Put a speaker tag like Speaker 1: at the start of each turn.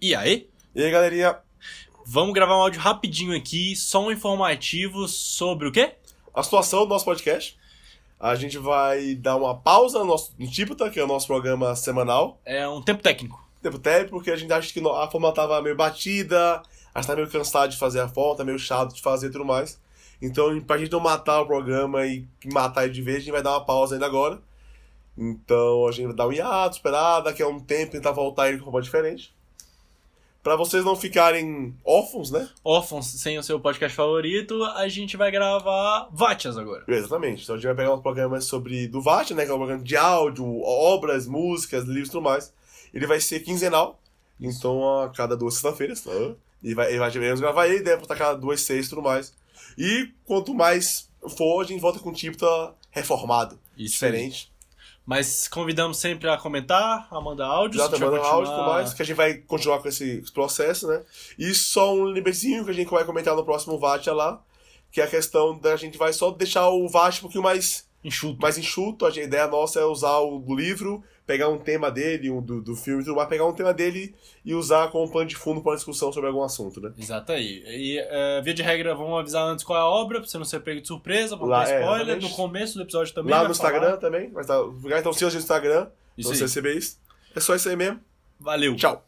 Speaker 1: E aí?
Speaker 2: E aí, galerinha?
Speaker 1: Vamos gravar um áudio rapidinho aqui, só um informativo sobre o quê?
Speaker 2: A situação do nosso podcast. A gente vai dar uma pausa no, nosso, no Típita, que é o nosso programa semanal.
Speaker 1: É um tempo técnico.
Speaker 2: Tempo técnico, porque a gente acha que no- a forma tava meio batida, a gente tá meio cansado de fazer a forma, tá meio chato de fazer e tudo mais. Então, pra gente não matar o programa e matar ele de vez, a gente vai dar uma pausa ainda agora. Então, a gente vai dar um hiato, esperar, daqui a um tempo tentar voltar ele com forma diferente. Pra vocês não ficarem órfãos, né?
Speaker 1: Órfãos sem o seu podcast favorito, a gente vai gravar Vatias agora.
Speaker 2: Exatamente. Então a gente vai pegar uns programas sobre do VAT, né? Que é um programa de áudio, obras, músicas, livros e tudo mais. Ele vai ser quinzenal, então a cada duas sexta-feiras. tá? E vai, e vai vamos gravar ele, deve botar cada duas seis e tudo mais. E quanto mais for, a gente volta com o tipo tá reformado,
Speaker 1: Isso
Speaker 2: diferente.
Speaker 1: aí. Mas convidamos sempre a comentar, a mandar áudios.
Speaker 2: Já tá
Speaker 1: a gente vai
Speaker 2: mandando áudio e tudo
Speaker 1: continuar-
Speaker 2: mais, que a gente vai continuar com esse processo, né? E só um liberzinho que a gente vai comentar no próximo VAT lá, que é a questão da gente vai só deixar o VAT um pouquinho mais
Speaker 1: Enxuto.
Speaker 2: mais enxuto. A ideia nossa é usar o livro, pegar um tema dele, um do, do filme e tudo mais, pegar um tema dele e usar como pano de fundo para uma discussão sobre algum assunto, né?
Speaker 1: Exato aí. E, é, via de regra, vamos avisar antes qual é a obra, pra você não ser pego de surpresa, pra não
Speaker 2: Lá,
Speaker 1: ter
Speaker 2: é,
Speaker 1: spoiler.
Speaker 2: exatamente.
Speaker 1: no começo do episódio também.
Speaker 2: Lá
Speaker 1: vai
Speaker 2: no
Speaker 1: falar.
Speaker 2: Instagram também, mas tá, então siga a gente no Instagram, pra
Speaker 1: Isso
Speaker 2: você
Speaker 1: aí.
Speaker 2: receber isso. É só isso aí mesmo.
Speaker 1: Valeu.
Speaker 2: Tchau.